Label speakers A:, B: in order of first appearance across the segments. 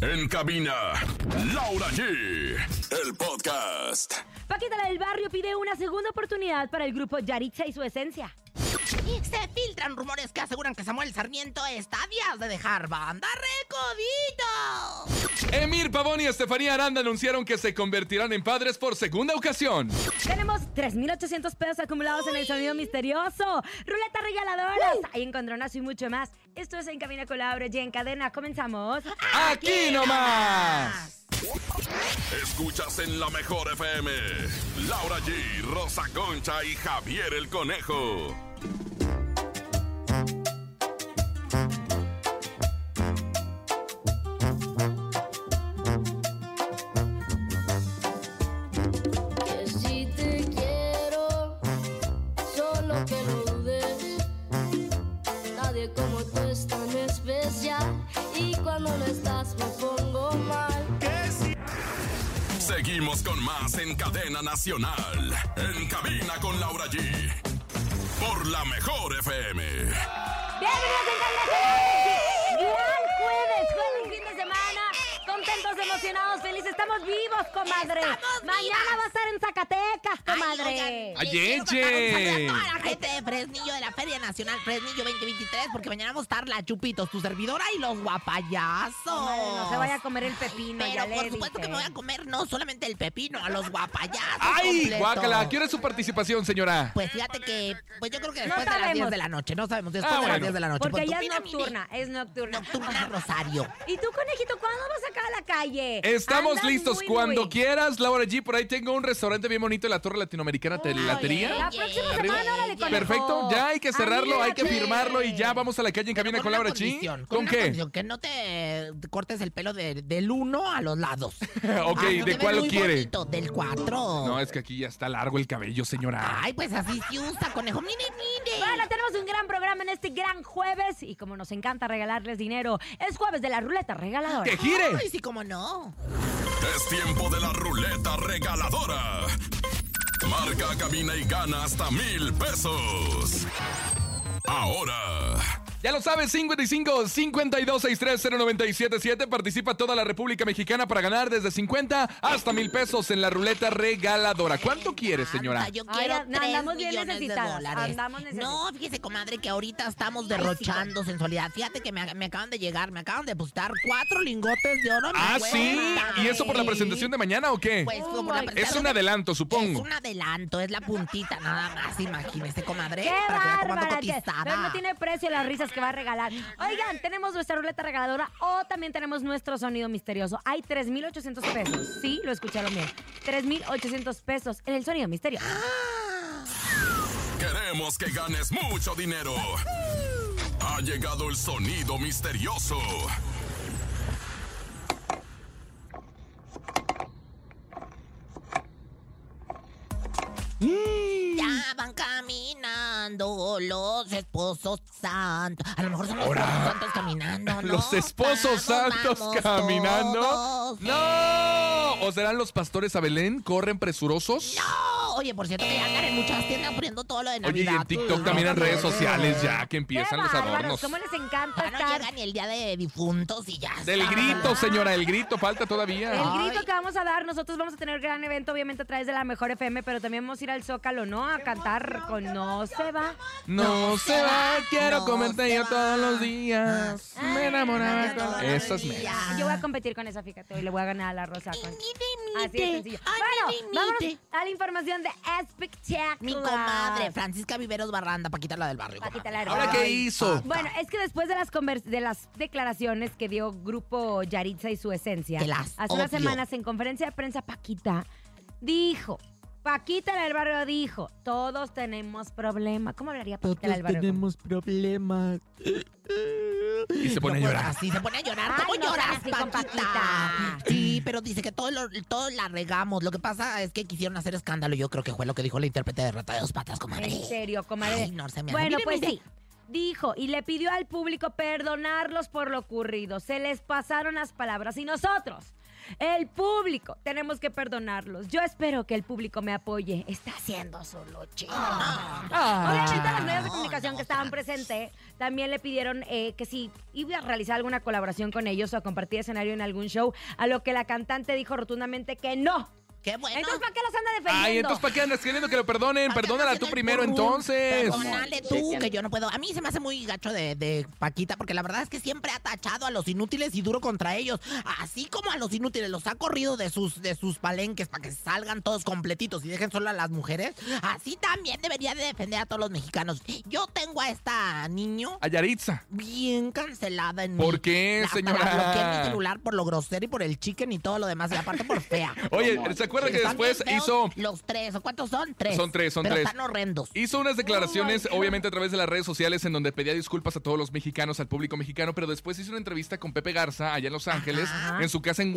A: En cabina, Laura G. El podcast.
B: Paquita la del barrio pide una segunda oportunidad para el grupo Yaritza y su esencia.
C: Y se filtran rumores que aseguran que Samuel Sarmiento está a días de dejar banda recodito.
D: Emir Pavón y Estefanía Aranda anunciaron que se convertirán en padres por segunda ocasión.
B: Tenemos 3.800 pesos acumulados en el sonido misterioso. Ruleta regaladoras. Hay encontronazo y mucho más. Esto es En Cabina con Laura G en cadena. Comenzamos.
D: ¡Aquí
B: Ah.
D: nomás!
A: Escuchas en la mejor FM. Laura G, Rosa Concha y Javier el Conejo.
E: Que si te quiero, solo que lo dudes. Nadie como tú es tan especial. Y cuando no estás, me pongo mal.
A: Seguimos con más en cadena nacional. En cabina con Laura G. Por la mejor FM.
B: Bienvenidos en Cabina con Laura G. Gran jueves, jueves, fin de semana. Contentos, emocionados, felices. Estamos vivos, comadre.
C: Estamos
B: Mañana
C: vivas.
B: va a estar en Zacatecas, comadre.
C: Ay, oigan, les quiero mandar un saludo a toda la gente de Fresnillo de la Feria Nacional Fresnillo 2023 porque mañana vamos a estar la Chupitos, tu servidora y los guapayazos.
B: Comadre, no se vaya a comer el pepino, ya
C: Pero
B: le
C: por supuesto
B: dije.
C: que me voy a comer no solamente el pepino, a los guapayazos.
D: ¡Ay!
C: completos.
D: Guácala, ¿qué hora es su participación, señora?
C: Pues fíjate que, pues yo creo que
B: No
C: después de las
B: sabemos.
C: 10 de la noche, no sabemos, después
D: Ah,
C: de las
D: bueno.
C: 10 de la noche.
B: Porque
C: Pues tú
B: ella es
C: opina, Mimi.
B: nocturna, es nocturna.
C: Nocturna Rosario.
B: ¿Y tú, conejito, cuándo vas acá a la calle?
D: Estamos
B: Andas
D: listos
B: muy,
D: cuando
B: muy.
D: quieras, Laura G. Por ahí tengo un restaurante bien bonito en la Torre Latinoamericana Telatería.
B: La
C: Oye,
B: próxima
C: oye,
B: semana, órale,
C: oye.
B: conejo.
D: Perfecto, ya hay que cerrarlo, hay que
B: Anímate.
D: firmarlo y ya vamos a la calle en cabina
C: Ah, Pero
D: con
C: una
D: Laura
C: condición,
D: G. ¿Con
C: una
D: qué?
C: condición, que no te cortes el pelo de- del 1 a los lados.
D: Ok,
C: Ay, no
D: ¿de
C: te
D: cuál
C: ves
D: lo
C: muy
D: quiere?
C: bonito, del 4.
D: No, es que aquí ya está largo el cabello, señora.
C: Ay, pues así se usa, conejo. Mire, mire.
B: Bueno, tenemos un gran programa en este gran jueves y como nos encanta regalarles dinero, es jueves de la ruleta regaladora.
D: ¡Que gire!
C: Ay, sí, cómo no.
A: Es tiempo de la ruleta regaladora. Marca, cabina y gana hasta mil pesos. Ahora,
D: Ya lo sabes, 55 52 63 0977. Participa toda la República Mexicana para ganar desde 50 hasta mil pesos en la ruleta regaladora. ¿Cuánto quieres, señora?
C: Anda, Yo
B: Ay,
C: quiero
B: a-
C: tres
B: andamos bien
C: millones de
B: necesitadas,
C: dólares.
B: andamos necesitadas.
C: No, fíjese, comadre, que ahorita estamos derrochando sensualidad. Fíjate que me, me acaban de llegar, me acaban de depositar cuatro lingotes de oro. en mi
D: Ah, sí.
C: cuenta.
D: ¿Y eso por la presentación de mañana o qué?
C: Pues, como la
D: Es
C: presentación
D: un
C: de-
D: adelanto, supongo.
C: Es un adelanto, es la puntita, nada más, imagínese, comadre.
B: ¡Qué
C: para que vea cómo ando
B: bárbara! que-
C: cotizada.
B: no, no tiene precio las risas que va a regalar. Oigan, tenemos nuestra ruleta regaladora o también tenemos nuestro sonido misterioso. Hay 3,800 pesos. Sí, lo escucharon bien. 3,800 pesos en el sonido misterioso.
A: queremos que ganes mucho dinero. Ha llegado el sonido misterioso.
C: Ya van caminando los esposos santos. A lo mejor son los
D: Ahora.
C: esposos santos caminando, ¿no?
D: Los esposos
C: Vamos,
D: santos
C: vamos
D: caminando.
C: todos.
D: ¡No! ¿O serán los pastores a Belén? ¿Corren presurosos?
C: No, Oye, por cierto, que ya andan en muchas tiendas poniendo todo lo de
D: Oye, y
C: Navidad.
D: en TikTok también en redes sociales ya que
B: ¡Qué
D: empiezan los
B: bárbaros!
D: adornos.
B: ¿Cómo les encanta
C: Ya no
B: estar
C: llega ni el día de difuntos y ya
D: Del
C: está.
D: grito, señora, el grito falta
B: El
D: todavía.
C: Ay.
B: grito que vamos a dar, nosotros vamos a tener gran evento, obviamente a través de la mejor FM, pero también vamos a ir al Zócalo, ¿no? A cantar con No se va.
D: No se va, quiero
C: no
D: comerte
C: se
D: yo
C: va.
D: todos los días.
B: Ay,
D: Me enamoraba
C: todos
D: con
C: los
D: esas
C: días.
D: meras.
B: Yo voy a competir con esa, fíjate, y le voy a ganar a la Rosa. Con... Así es sencillo.
C: Ay,
B: Bueno,
C: mi
B: vámonos
C: limite.
B: a la información de Espectacular.
C: Mi comadre, Francisca Viveros Barranda, para quitarla del barrio.
B: Paquita
C: comadre.
B: la del
D: ¿Ahora
B: barrio.
D: qué hizo?
B: Bueno, es que después de las conver- de las declaraciones que dio Grupo Yaritza y su esencia,
C: Que las
B: hace unas
C: odio.
B: semanas en conferencia de prensa, Paquita dijo, Paquita la del barrio dijo, todos tenemos problema. ¿Cómo hablaría Paquita la del barrio?
C: problemas.
D: Y se pone a
C: No, pues,
D: llorar.
C: Así se pone a llorar.
B: Ay,
C: ¿Cómo
B: no seas
C: lloras,
B: así con
C: Paquita?
B: Paquita.
C: Sí, pero dice que todos todo la regamos. Lo que pasa es que quisieron hacer escándalo. Yo creo que fue lo que dijo la intérprete de Rata de dos Patas, comadre.
B: En serio,
C: Ay,
B: comadre.
C: no, se me hace.
B: Bueno,
C: Mire,
B: pues
C: mire.
B: sí. Dijo y le pidió al público perdonarlos por lo ocurrido. Se les pasaron las palabras y nosotros El público, tenemos que perdonarlos. Yo espero que el público me apoye. Está haciendo su lucha.
C: Ah.
B: Obviamente las medios de comunicación que estaban presentes también le pidieron eh, que si iba a realizar alguna colaboración con ellos o a compartir escenario en algún show, a lo que la cantante dijo rotundamente que no.
C: Qué bueno.
B: Entonces, ¿para qué los anda defendiendo?
D: Ay, entonces, ¿para qué andas queriendo que lo perdonen?
C: ¿Para qué
D: Perdónala
C: andas
D: tú
C: haciendo el
D: primero,
C: burro?
D: entonces.
C: Perdónale tú, que yo no puedo. A mí se me hace muy gacho de, de Paquita, porque la verdad es que siempre ha tachado a los inútiles y duro contra ellos. Así como a los inútiles los ha corrido de sus, de sus palenques para que salgan todos completitos y dejen solo a las mujeres. Así también debería de defender a todos los mexicanos. Yo tengo a esta niño
D: A Yaritza.
C: bien cancelada en
D: ¿Por
C: mi-
D: qué,
C: hasta
D: señora?
C: La bloqueé en mi celular por lo grosero y por el chicken y todo lo demás. Y aparte por fea.
D: Oye, ¿se acuerda que
C: Están bien
D: después
C: feos
D: hizo,
C: Los tres, ¿o cuántos son? Tres.
D: Son tres, son
C: Pero
D: tres.
C: Están horrendos.
D: hizo
B: Oh,
D: unas declaraciones, obviamente a través de las redes sociales, en donde pedía disculpas a todos los mexicanos, al público mexicano, pero después hizo una entrevista con Pepe Garza allá en Los Ángeles,
C: Ajá.
D: en su casa en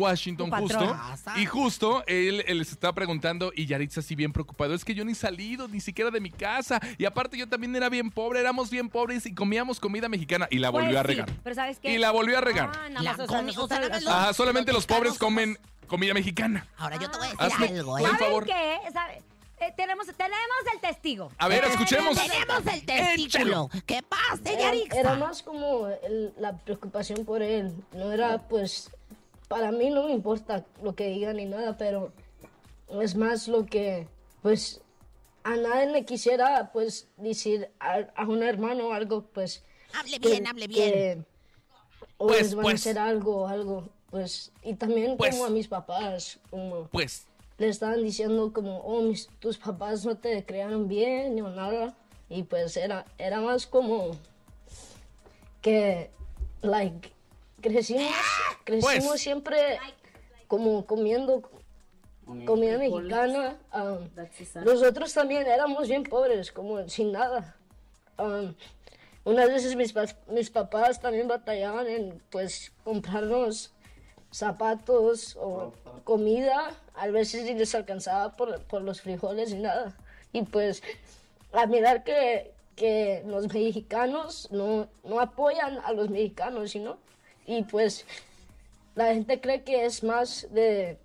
B: Tu
D: Washington,
B: patrón.
D: justo.
C: Garza.
D: Y justo él, él les estaba preguntando, y Yaritza así bien preocupado, es que yo ni salido, ni siquiera de mi casa. Y aparte yo también era bien pobre, éramos bien pobres y comíamos comida mexicana. Y la
B: Pues
D: volvió a
B: sí,
D: regar.
B: pero ¿sabes qué?
D: Y la volvió a regar.
B: Ah, nada
C: La
B: más, o sea,
C: comi-
B: nosotros-
C: o sea, nada más
D: Ajá, solamente los pobres
C: mexicanos
D: comen comida mexicana.
C: Ahora yo te voy a decir
D: Hazme
C: algo, ¿eh?
D: un
B: ¿Saben
D: favor.
B: qué? ¿Sabe? Eh, tenemos, tenemos el testigo.
D: A ver,
B: Tenemos
D: escuchemos.
B: el testigo.
C: Tenemos el testículo. ¿Qué pasa,
F: Era, era
C: Yarixa?
F: más como el- la preocupación por él. No era, pues, para mí no me importa lo que digan ni nada, pero es más lo que, pues, a nadie le quisiera, pues, decir a, a un hermano algo, pues.
C: Hable
F: que-
C: bien,
B: eh,
C: hable bien.
F: que- o
D: Pues,
F: les van
D: pues.
F: a hacer algo, algo, pues. Y también
D: Pues.
F: como a mis papás, como
D: Pues,
F: le estaban diciendo como, oh, mis, tus papás no te crearon bien o nada. Y pues era, era más como que, like, crecimos, crecimos
D: Pues.
F: siempre como comiendo comida mexicana. um, nosotros también éramos bien pobres, como sin nada. Um, unas veces mis, pa- mis papás también batallaban en, pues, comprarnos zapatos o comida, a veces ni les alcanzaba por, por los frijoles ni nada. Y pues a mirar que, que los mexicanos no, no apoyan a los mexicanos, ¿no? Y pues la gente cree que es más de,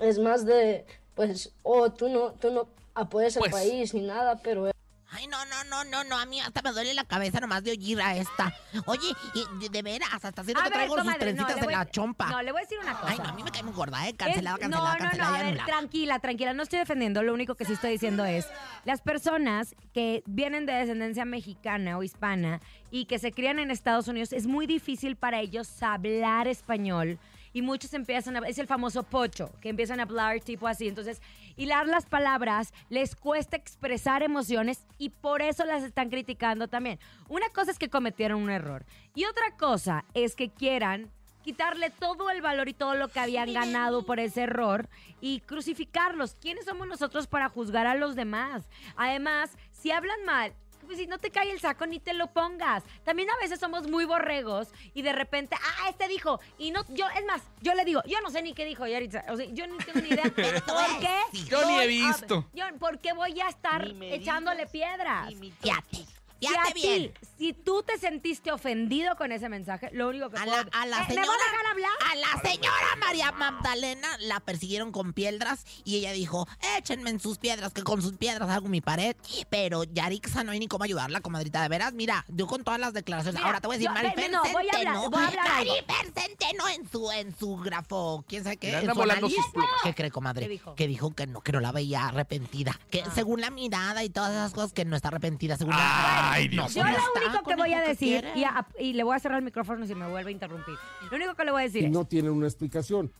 F: es más de, pues, oh, tú no, tú no apoyas al
D: Pues.
F: país ni nada, pero
C: Ay, no, no, no, no, no. A mí hasta me duele la cabeza nomás de oír a esta. Oye, y de, de veras, hasta siento
B: A
C: que
B: ver,
C: traigo sus
B: comadre, no,
C: trencitas
B: le
C: en
B: voy a-
C: la chompa.
B: No, le voy a decir una cosa.
C: Ay, no, a mí me cae muy gorda, ¿eh?
B: Es-
C: Cancelada, cancelada,
B: no, no, no, a
C: cancelada y
B: ver,
C: anulada.
B: tranquila, tranquila, no estoy defendiendo, lo único que sí estoy diciendo es, las personas que vienen de descendencia mexicana o hispana y que se crían en Estados Unidos, es muy difícil para ellos hablar español y muchos empiezan a, es el famoso pocho, que empiezan a hablar tipo así, entonces hilar las palabras les cuesta expresar emociones y por eso las están criticando también. Una cosa es que cometieron un error y otra cosa es que quieran quitarle todo el valor y todo lo que habían ganado por ese error y crucificarlos. ¿Quiénes somos nosotros para juzgar a los demás? Además, si hablan mal, pues si no te cae el saco ni te lo pongas. También a veces somos muy borregos y de repente, ah, este dijo y no yo es más, yo le digo, yo no sé ni qué dijo Yaritza, o sea, yo ni tengo ni idea por qué.
D: Yo ni he
B: voy a-
D: visto.
B: yo, ¿Por qué voy a estar echándole piedras?
C: Fíjate,
B: Si a
C: fíjate bien.
B: ti, si tú te sentiste ofendido con ese mensaje, lo único que
C: A
B: puedo-
C: la, a la
B: Eh,
C: señora. Ah,
B: ¿Me van a dejar hablar?
C: a la señora María Magdalena la persiguieron con piedras y ella dijo: Échenme en sus piedras, que con sus piedras hago mi pared. Pero Yarixa no hay ni cómo ayudarla, comadrita. De veras, mira, yo con todas las declaraciones.
B: Mira,
C: Ahora te voy a decir:
B: yo-
C: Marifer
B: ve- no, voy a hablar-
C: Centeno.
B: voy a hablar algo.
C: Marifer Centeno en su, en su grafo. ¿Quién sabe qué?
D: Le
C: En
D: andan
C: su
D: volando sus
C: análisis.
D: plumas.
C: ¿Qué cree, comadre?
B: ¿Qué dijo? Ah.
C: Que dijo que no, que no la veía arrepentida. Que según la mirada y todas esas cosas, que no está arrepentida. Según la-
D: Ay,
C: No,
D: Dios
B: Yo
C: ¿cómo
B: lo
C: está,
B: único que
C: conejo,
B: voy a
C: qué
B: decir,
C: quieres?
B: y, a- y le voy a cerrar el micrófono si me vuelve a interrumpir. Lo único que le voy a decir
G: y
B: es-
G: no tienen una explicación.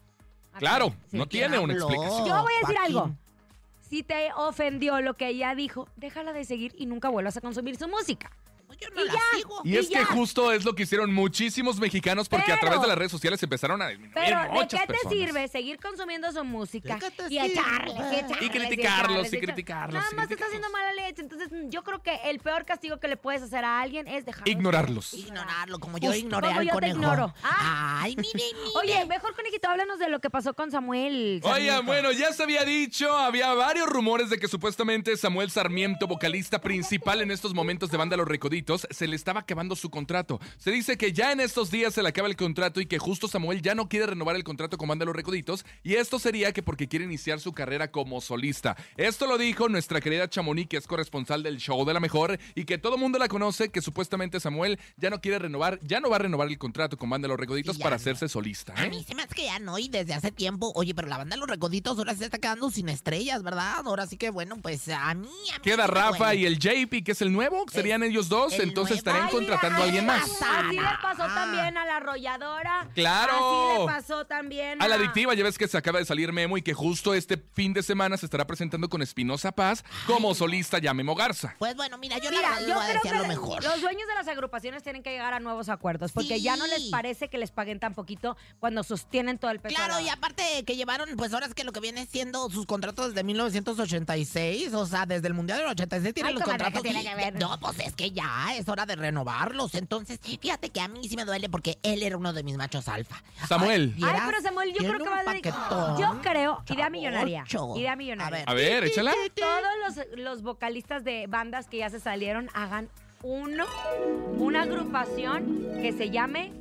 B: Ah,
D: Claro,
B: sí.
D: no tiene una
C: habló?
D: explicación.
B: Yo voy a decir
C: Joaquín.
B: algo. Si te ofendió lo que ella dijo, déjala de seguir y nunca vuelvas a consumir su música.
C: Yo no
B: Y
C: la
B: ya.
C: sigo.
D: Y
B: Y
D: es que
B: ya.
D: justo es lo que hicieron muchísimos mexicanos porque a
B: Pero-
D: través de las redes sociales empezaron a disminuir
B: Pero ¿de
D: muchas
B: qué te
D: personas.
B: sirve seguir consumiendo su música
C: ¿De qué te
B: y
C: sirve?
B: echarles, y
C: Y
B: echarles,
D: criticarlos,
B: echarles,
D: y
B: echar-
D: criticarlos,
B: Nada
D: y
B: más te está
D: criticarlos.
B: haciendo mala leche. Entonces, mm, yo creo que el peor castigo que le puedes hacer a alguien es dejarlos.
D: Ignorarlos.
C: Ignorarlo, como yo
B: Justo.
C: ignoré
B: Como
C: al
B: yo te
C: conejo.
B: ignoro. Ah.
C: Ay, mire, mire.
B: Oye, mejor conejito, háblanos de lo que pasó con Samuel.
D: Oigan,
B: Sarmiento.
D: bueno, ya se había dicho, había varios rumores de que supuestamente Samuel Sarmiento, vocalista principal en estos momentos de banda Los Recoditos, proyectos se le estaba acabando su contrato. Se dice que ya en estos días se le acaba el contrato y que justo Samuel ya no quiere renovar el contrato con Banda Los Recoditos y esto sería que porque quiere iniciar su carrera como solista. Esto lo dijo nuestra querida Chamonix, que es corresponsal del show de la mejor y que todo mundo la conoce, que supuestamente Samuel ya no quiere renovar, ya no va a renovar el contrato con Banda Los Recoditos
C: Sí, ya
D: para
C: no.
D: hacerse solista.
C: A
D: ¿eh?
C: mí se me hace que ya no, y desde hace tiempo. Oye, pero la banda Los Recoditos ahora se está quedando sin estrellas, ¿verdad? Ahora sí que, bueno, pues a mí. A mí
D: Queda
C: sí me
D: Rafa
C: duele.
D: y el JP, que es el nuevo, serían ellos dos,
C: el
D: entonces
C: nuevo.
D: estarían
B: Ay, mira,
D: contratando a
B: así
D: alguien
B: le
D: más.
B: pasó- Así le pasó
C: Ah.
B: también a la arrolladora.
D: ¡Claro!
B: Así le pasó también
D: A la adictiva, ya ves que se acaba de salir Memo y que justo este fin de semana se estará presentando con Espinosa Paz como solista ya Memo Garza.
C: Pues bueno, mira, yo la
B: Mira,
C: verdad le
B: yo
C: voy a
B: creo
C: desear
B: que
C: lo mejor.
B: los dueños de las agrupaciones tienen que llegar a nuevos acuerdos porque ya no les
C: Sí.
B: parece que les paguen tan poquito cuando sostienen todo el peso.
C: Claro,
B: de
C: y
B: la-
C: aparte que llevaron, pues ahora es que lo que viene siendo sus contratos desde 1986, o sea, desde el Mundial del 86 tienen
B: Ay,
C: los
B: comadre, ¿qué
C: contratos.
B: tiene que ver?
C: No, pues es que ya es hora de renovarlos. Entonces, fíjate que a mí sí me duele porque él era uno de mis machos alfa.
D: Samuel.
B: Ay,
C: vieras,
B: pero Samuel, yo
C: tiene
B: creo que
C: un
B: va a
C: paquetón,
B: Yo creo, idea
C: chavocho.
B: millonaria. Idea millonaria.
D: A ver, échala.
B: todos los, los vocalistas de bandas que ya se salieron hagan uno, una agrupación que se llame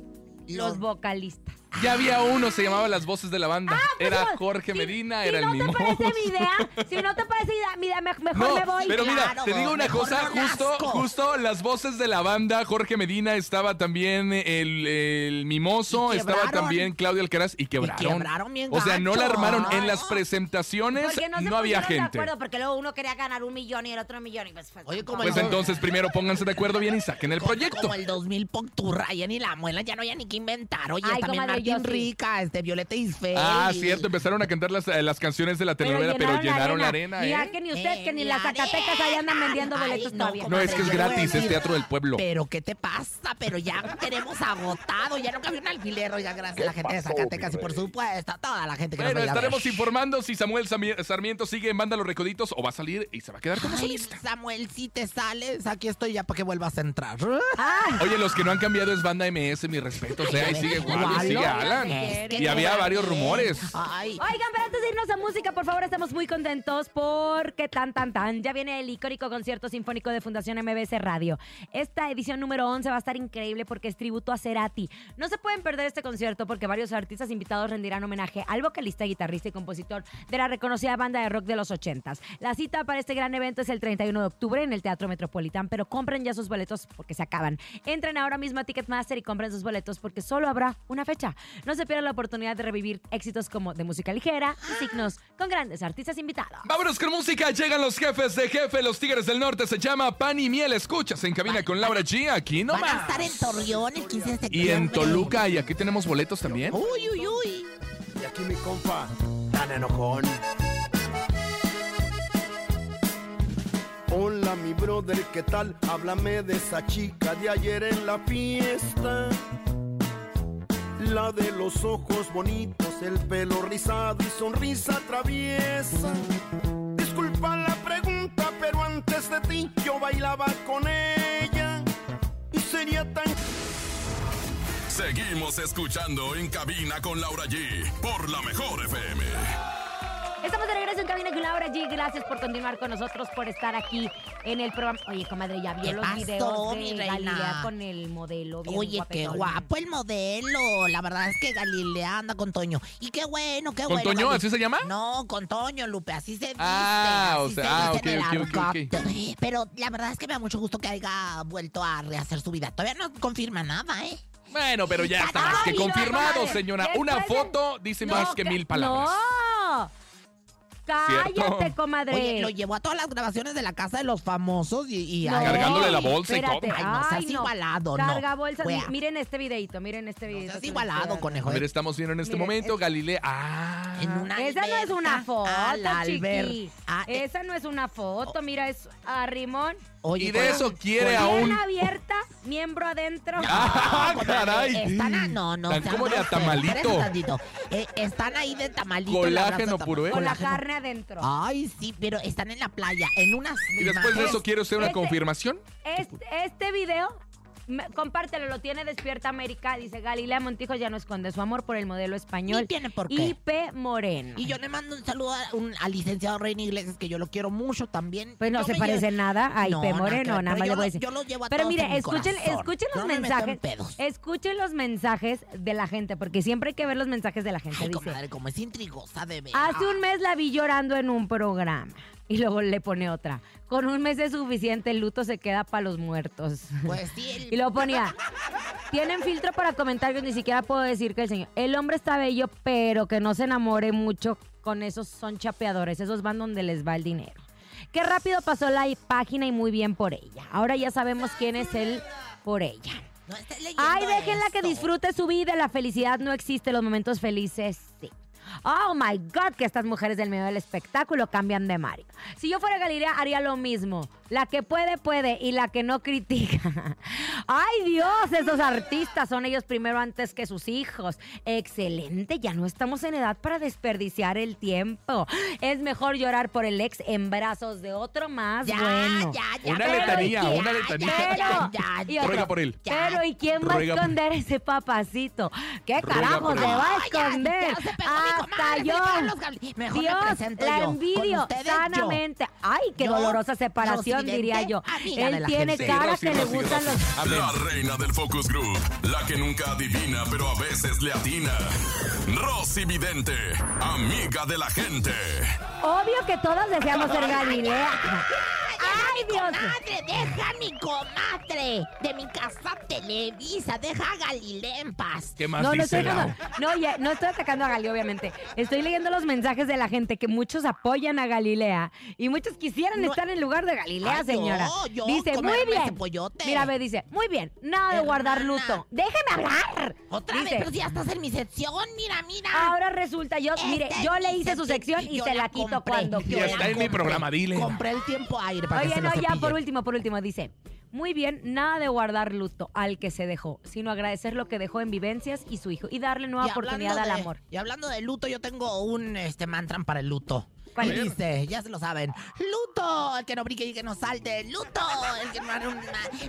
B: Los
C: Los-
B: Vocalistas.
D: Ya había uno, se llamaba Las Voces de la Banda. era
B: Pues,
D: Jorge
B: si-
D: Medina,
B: si
D: era
B: no
D: el mismo.
B: te parece mi idea, si no te parece idea, mi idea, me- mejor
D: No,
B: me voy.
D: pero mira,
C: claro,
D: te digo una
C: mejor
D: cosa,
C: no
D: justo,
C: nazco.
D: justo las voces de la banda, Jorge Medina estaba también el, el mimoso,
C: Y
D: estaba
C: quebraron.
D: también Claudio Alcaraz y quebraron.
C: quebraron bien
D: o sea, no la
C: gacho.
D: armaron en
C: Ay,
D: las
C: no.
D: presentaciones,
B: porque no se
D: no había
B: pusieron
D: gente.
B: de acuerdo, porque luego uno quería ganar un millón y el otro un millón. Y pues, fue-
C: Oye, como
D: Pues
C: Bueno.
D: entonces primero pónganse de acuerdo bien y saquen el proyecto.
C: Como el 2000 Pocturra, ya ni la muela, ya no había ni que inventar. Oye,
B: Ay,
C: también
B: comadre, yo
C: Martín
B: sí.
C: Rica, este Violeta Isfel.
D: Ah, cierto, empezaron a cantar las, eh, las canciones de la telenovela, pero llenaron la arena,
B: Mira,
D: ¿eh?
B: que ni usted, que ni
C: En
B: las
C: la
B: Zacatecas ahí andan
C: arena.
B: vendiendo
C: Ay,
B: boletos
C: no,
B: todavía.
D: No, es que es
C: Yo voy a
D: gratis, es
C: decir-
D: teatro del pueblo.
C: Pero ¿qué te pasa? Pero ya tenemos agotado, ya no cabe un alfiler, oiga, gracias a la gente de Zacatecas y por supuesto a toda la gente que
D: Bueno,
C: nos vaya a ver.
D: estaremos informando si Samuel Sami- Sarmiento sigue en Banda Los Recoditos o va a salir y se va a quedar como
C: Ay,
D: solista.
C: Samuel, si te sales, aquí estoy ya para que vuelvas a entrar.
B: Ah,
D: Oye, los que no han cambiado es Banda MS, mi respeto. O sea, ahí sigue Wally,
C: Walo,
D: sigue Alan.
C: es que
D: Y había
C: no
D: varios
C: vale.
D: rumores.
C: Ay,
B: Oigan, pero antes de irnos a música, por favor, estamos muy contentos porque tan, tan, tan. Ya viene el icónico concierto sinfónico de Fundación MBS Radio. Esta edición número 11 va a estar increíble porque es tributo a Cerati. No se pueden perder este concierto porque varios artistas invitados rendirán homenaje al vocalista, guitarrista y compositor de la reconocida banda de rock de los 80s. La cita para este gran evento es el 31 de octubre en el Teatro Metropolitán, pero compren ya sus boletos porque se acaban. Entren ahora mismo a Ticketmaster y compren sus boletos porque solo habrá una fecha. No se pierdan la oportunidad de revivir éxitos como de música ligera y signos con grandes artistas invitados.
D: Vámonos con música. Llegan los jefes de jefe, los Tigres del Norte. Se llama Pan y Miel. Escuchas en cabina con Laura G. Aquí
C: van a
D: nomás.
C: estar en Torreón el 15 de septiembre.
D: Y en Toluca. Y aquí tenemos boletos también.
C: Uy, uy, uy.
G: Y aquí mi compa, tan enojón. Hola mi brother, ¿qué tal? Háblame de esa chica de ayer en la fiesta. La de los ojos bonitos, el pelo rizado y sonrisa traviesa. Disculpa la pregunta, pero antes de ti yo bailaba con ella. Y sería tan
A: Seguimos escuchando en cabina con Laura G por la mejor FM.
B: Estamos de regreso en cabina con Laura G. Gracias por continuar con nosotros, por estar aquí en el programa. Oye, comadre, ya vio
C: ¿Qué
B: los
C: pasó,
B: videos
C: mi
B: de
C: reina?
B: Galilea con el modelo. bien
C: Oye, qué
B: guapetón.
C: guapo el modelo. La verdad es que Galilea anda con Toño. Y qué bueno, qué
D: ¿Con
C: bueno.
D: Toño?
C: Gali-
D: ¿Así se llama?
C: No, con Toño, Lupe. Así se dice.
D: Ah, o sea, ah,
C: dice en
D: ok,
C: el
D: ok, ok, ok.
C: argot. Pero la verdad es que me da mucho gusto que haya vuelto a rehacer su vida. Todavía no confirma nada, ¿eh?
D: Bueno, pero ya está
C: Ay,
D: más que
B: no,
D: confirmado,
B: comadre.
D: señora.
B: Después
D: Una
B: de-
D: foto dice más
B: No,
D: que
B: ca-
D: mil palabras.
B: ¡No! ¡Cállate,
D: ¿Cierto?
B: comadre!
C: Oye, lo llevó a todas las grabaciones de la casa de los famosos y, y
B: No,
C: a-
D: Cargándole la bolsa y todo.
C: Ay, no seas igualado, no.
B: Carga bolsas. Mi-
C: Wea.
B: Miren este videito, miren este
C: No
B: videito.
C: seas
B: que les
C: igualado,
B: estoy dando.
D: A
C: conejo.
D: ver, estamos viendo en este
B: Miren,
D: momento
B: es-
D: Galilea. Ah.
C: En una
B: Esa no es una
C: alberca,
B: foto,
C: a la alber-
B: chiqui.
C: a- eh, Oh.
B: Esa no es una foto, mira, es a Rimón.
C: oye,
D: Y de
C: conejo,
D: eso quiere
B: Pues Bien
D: aún.
B: abierta, miembro adentro.
D: ¡Ah,
C: comadre,
D: caray!
C: Están a- no, no.
D: Están
C: sean
D: como de
C: groseros,
D: atamalito.
C: espérense tantito. Eh, están ahí de tamalito.
D: Colágeno
C: la verdad, está-
D: puro, ¿eh?
B: con la
C: colágeno.
B: carne adentro.
C: Ay, sí, pero están en la playa, en unas.
D: Y después de
C: imágenes.
D: eso, ¿quiere usted una
B: Este-
D: confirmación?
B: Este, este video Me- compártelo, lo tiene Despierta América. Dice Galilea Montijo ya no esconde su amor por el modelo español.
C: Ni tiene por qué.
B: Y P. Moreno.
C: Y yo le mando un saludo a un- al licenciado Reina Iglesias, que yo lo quiero mucho también.
B: Pues no
C: Yo
B: se
C: me
B: parece
C: llevo-
B: nada a
C: No,
B: IP
C: nada que
B: Moreno,
C: ver,
B: nada más
C: pero yo
B: le voy a
C: lo-
B: decir.
C: yo los llevo a
B: Pero
C: todos en
B: mire,
C: mi
B: escuchen,
C: corazón.
B: escuchen los
C: Yo no me meto en
B: mensajes. Eh,
C: pedos.
B: Escuchen los mensajes de la gente, porque siempre hay que ver los mensajes de la gente.
C: Ay,
B: dice,
C: comadre, Ah. como es intrigosa de ver.
B: hace un mes la vi llorando en un programa. Y luego le pone otra. Con un mes es suficiente, el luto se queda para los muertos.
C: Pues sí, el-
B: Y luego ponía, tienen filtro para comentarios, ni siquiera puedo decir que el señor. El hombre está bello, pero que no se enamore mucho con esos son chapeadores, esos van donde les va el dinero. Qué rápido pasó la i- página y muy bien por ella. Ahora ya sabemos quién es él por ella.
C: No estés leyendo
B: Ay, déjenla que
C: esto.
B: disfrute su vida, la felicidad no existe, los momentos felices sí. Oh my God, que estas mujeres del medio del espectáculo cambian de Mario. Si yo fuera Galilea, haría lo mismo. La que puede, puede, y la que no critica. Ay Dios, esos artistas son ellos primero antes que sus hijos. Excelente, ya no estamos en edad para desperdiciar el tiempo. Es mejor llorar por el ex en brazos de otro más
C: Ya,
B: bueno.
C: ya, ya.
D: Una
C: pero-
D: letanía,
C: ya,
D: una
C: ya,
D: letanía.
C: ya, ya,
B: Pero,
C: ya,
B: y
C: ya.
B: otro,
D: Ruega por él.
C: Ya.
B: Pero ¿y quién va a
D: Ruega-
B: esconder ese papacito? ¿Qué
D: Ruega
B: carajo
D: por
B: se
D: él.
B: va a
C: Ay, ya,
B: esconder?
C: ya se pegó mi
B: Hasta
C: comadre, se
B: yo.
C: le pegaron los gabli- Mejor me
B: Dios,
C: presento
B: la
C: yo. Con
B: envidio
C: ustedes, yo.
B: sanamente. Ay, qué
C: Yo,
B: dolorosa separación,
C: Rosy
B: diría
C: Vidente,
B: yo.
C: amiga de
B: Él
C: la
B: tiene
C: gente.
B: cara
D: Rosy,
B: que le
D: Rosy,
B: gustan
D: Rosy.
B: los
A: La reina del Focus Group, la que nunca adivina pero a veces le atina. Rosy Vidente, amiga de la gente.
B: Obvio que todas deseamos ser Galilea. Ay, Dios.
C: Comadre, deja a mi comadre de mi casa Televisa, deja a Galilea en paz.
D: ¿Qué más
B: No, no
D: dice
B: estoy,
D: Lau?
B: atacando- no, ya- no estoy atacando a Gali, obviamente. Estoy leyendo los mensajes de la gente que muchos apoyan a Galilea y muchos quisieran
C: No.
B: estar en el lugar de Galilea,
C: Ay, yo,
B: señora.
C: yo,
B: dice,
C: comerme
B: muy bien.
C: ese pollote.
B: Mira, ve, dice, muy bien. Nada de
C: Hermana.
B: guardar luto. Déjeme hablar.
C: Otra
B: Dice,
C: vez, pero si ya estás en mi sección, mira, mira.
B: Ahora resulta, yo,
C: Este
B: mire, yo le
C: mi
B: hice su
C: sección,
B: sección y
C: yo
B: se la quito
C: compré,
B: cuando
C: yo
D: Y
B: quiera.
C: la
D: está en mi
C: compré.
D: programa, dile.
C: Compré el tiempo aire para que
B: Oye,
C: se lo
B: no, ya,
C: cepille.
B: por último, por último, dice. Muy bien, nada de guardar luto al que se dejó, sino agradecer lo que dejó en vivencias y su hijo y darle nueva
C: Y hablando
B: oportunidad al
C: de-
B: amor.
C: Y hablando de luto, yo tengo un este mantra para el luto.
B: ¿Cuál
C: Y
B: es?
C: dice, ya se lo saben. Luto, el que no brinque y que no salte. Luto, el que no haga un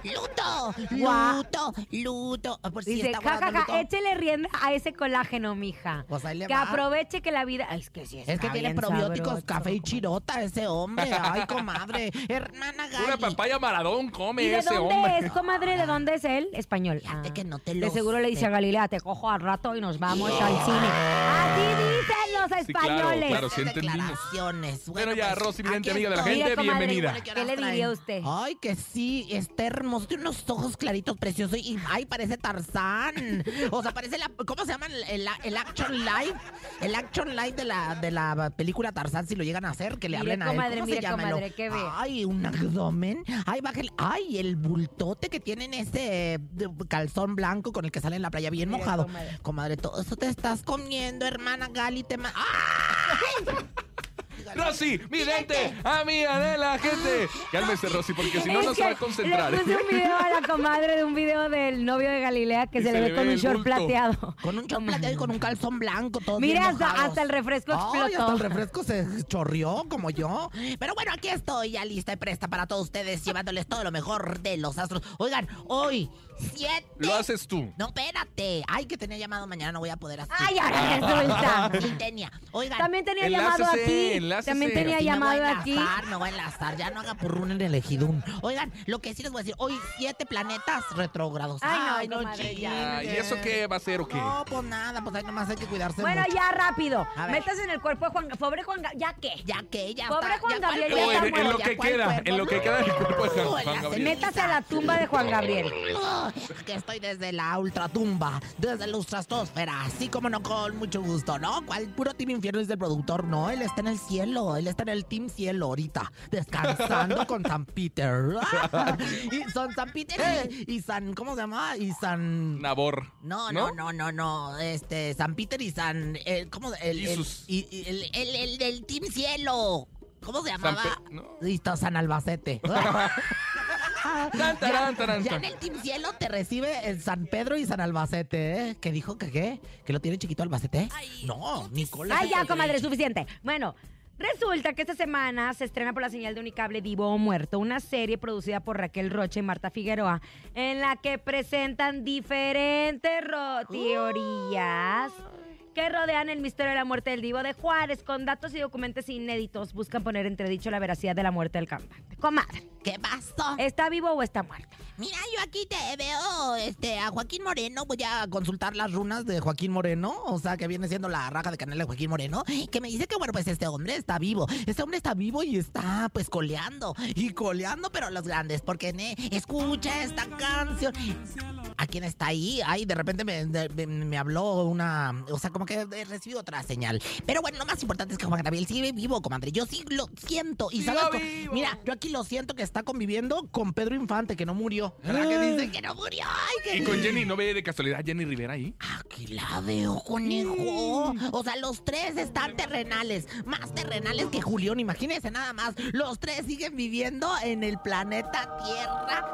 C: luto,
B: Guau.
C: luto, luto. Ah, Por si
B: Dice,
C: está
B: jajaja,
C: guardando luto.
B: échele rienda a ese colágeno, mija.
C: Pues ahí le
B: que
C: va.
B: aproveche que la vida. Ay, Es que sí,
C: Es que
B: está
C: tiene
B: bien
C: probióticos,
B: sabroso,
C: café y
B: comadre.
C: chirota ese hombre. Ay, comadre. Hermana Gali.
D: Una papaya maradón
B: ¿Y
D: come
B: de
D: ese
B: dónde
D: hombre.
B: es, comadre? ¿De dónde es él? Español. Ah.
C: Fíjate que no te
B: De
C: lo
B: seguro le dice
C: sé.
B: a Galilea, te cojo al rato y nos vamos al cine. Así dicen los
D: Sí, claro,
B: españoles.
D: claro,
C: Esas
D: sí entendimos.
C: declaraciones. pues,
D: Bueno, ya, Rosy Vidente,
C: aquí
D: amiga de la
C: estoy.
D: gente,
B: Mire, comadre,
D: bienvenida.
B: ¿qué le diría
C: traen?
B: usted?
C: Ay, que sí, está hermoso. Tiene unos ojos claritos, preciosos. Y, ay, parece Tarzán. O sea, parece la. ¿Cómo se llama? El, el- el action live. El action live de la, de la película Tarzán, si lo llegan a hacer, que le
B: Mire,
C: hablen a él.
B: comadre,
C: ¿Cómo
B: mire,
C: se llama?
B: comadre, ¿qué ve?
C: Ay, un abdomen. Ay, bájale. Ay, el bultote que tiene en ese eh, calzón blanco con el que sale en la playa, bien
B: Mire,
C: mojado.
B: comadre.
C: Comadre. todo eso te estás comiendo, hermana Gali. Te ma- ¡Ah!
D: Rosy, mi dente, amiga de la gente. Cálmese, Rosy, porque si no,
B: Ah. Es
D: no se
B: que
D: va a concentrar. ¿eh?
B: Le puse un video a la comadre de un video del novio de Galilea que
D: Y
B: se,
D: se
B: le
D: le
B: ve
D: ve
B: con un
D: el
B: short
D: bulto.
B: plateado.
C: Con un chon plateado y con un calzón blanco, todo
B: Mire,
C: bien
B: hasta-
C: mojados.
B: hasta el refresco
C: Ay,
B: explotó.
C: hasta el refresco se chorrió, como yo. Pero bueno, aquí estoy ya lista y presta para todos ustedes, llevándoles todo lo mejor de los astros. Oigan, hoy, siete...
D: Lo haces tú.
C: No, espérate. Ay, que tenía llamado mañana, no voy a poder hacer.
B: Ay, ahora resulta.
C: Sí tenía. Oigan...
B: También tenía
D: Enlácese,
B: llamado aquí.
D: enlácese.
B: También tenía
C: Sí,
B: llamado
C: me
B: aquí.
C: voy a enlazar, me voy a enlazar. Ya no haga purrún en el ejidum. Oigan, lo que sí les voy a decir, hoy siete planetas retrógrados.
B: Ay, no, comadre, ya.
D: Ah, ¿Y eso qué va a ser o qué?
C: No, pues nada, pues ahí nomás hay que cuidarse
B: Bueno,
C: mucho.
B: ya rápido.
C: A ver.
B: Métase en el cuerpo de Juan. Pobre Juan. Ga- ¿Ya qué?
C: Ya que, ya
B: Pobre
C: está,
B: Juan
C: ya cuál
B: Gabriel,
C: cuerpo,
B: ya está
D: Eh, en- en lo
C: ya
D: que
C: cuál
D: queda,
C: cuerpo,
D: en lo que
C: no.
D: queda del cuerpo de Juan- Juan
C: Las
D: Gabriel.
B: Métase a la tumba de Juan Gabriel.
C: Que estoy desde la ultratumba, desde la ultrastosfera, así como no con mucho gusto, ¿no? ¿Cuál puro team infierno es del productor? No, él está en el cielo, él está en el team cielo ahorita, descansando con San Peter. y son San Peter y, y San, ¿cómo se llama? Y San...
D: Nabor.
C: No, no, no, no, no. Este, San Peter y San. eh, ¿Cómo? El, el-
D: Jesus.
C: y- y- el, el, el del Team Cielo. ¿Cómo se
D: San
C: llamaba?
D: Pe- no.
C: Listo, San Albacete.
D: Tan, tarán, tarán,
C: ya
D: tan.
C: en el Team Cielo te recibe el San Pedro y San Albacete, ¿eh? ¿Qué dijo? ¿Que qué? ¿Que lo tiene chiquito Albacete? no, Nicolás.
B: Ay, ya, comadre, suficiente. Bueno, Resulta que esta semana se estrena por la señal de Unicable Vivo o Muerto, una serie producida por Raquel Rocha y Marta Figueroa, en la que presentan diferentes ro- teorías que rodean el misterio de la muerte del Divo de Juárez, con datos y documentos inéditos buscan poner entre dicho la veracidad de la muerte del cantante. Comadre,
C: ¿Qué pasó?
B: ¿está vivo o está muerto?
C: Mira, yo aquí te veo este, a Joaquín Moreno. Voy a consultar las runas de Joaquín Moreno, o sea, que viene siendo la raja de canela de Joaquín Moreno, que me dice que, bueno, pues este hombre está vivo. Este hombre está vivo y está, pues, coleando. Y coleando, pero los grandes, porque ne, escucha esta canción. ¿A quién está ahí? Ay, de repente me, de- me- me habló una. O sea, como que eh, recibí otra señal. Pero bueno, lo más importante es que Juan Gabriel sigue vivo, comadre. Yo sí lo siento. Y sabes, co- mira, yo aquí lo siento que está conviviendo con Pedro Infante, que no murió. ¿Verdad que dice que no murió? Ay, que
D: Y con Jenny, ¿no ve de casualidad Jenny Rivera ahí?
C: Aquí la veo, Ah, conejo. O sea, los tres están terrenales. Más terrenales que Julián, imagínense nada más. Los tres siguen viviendo en el planeta Tierra.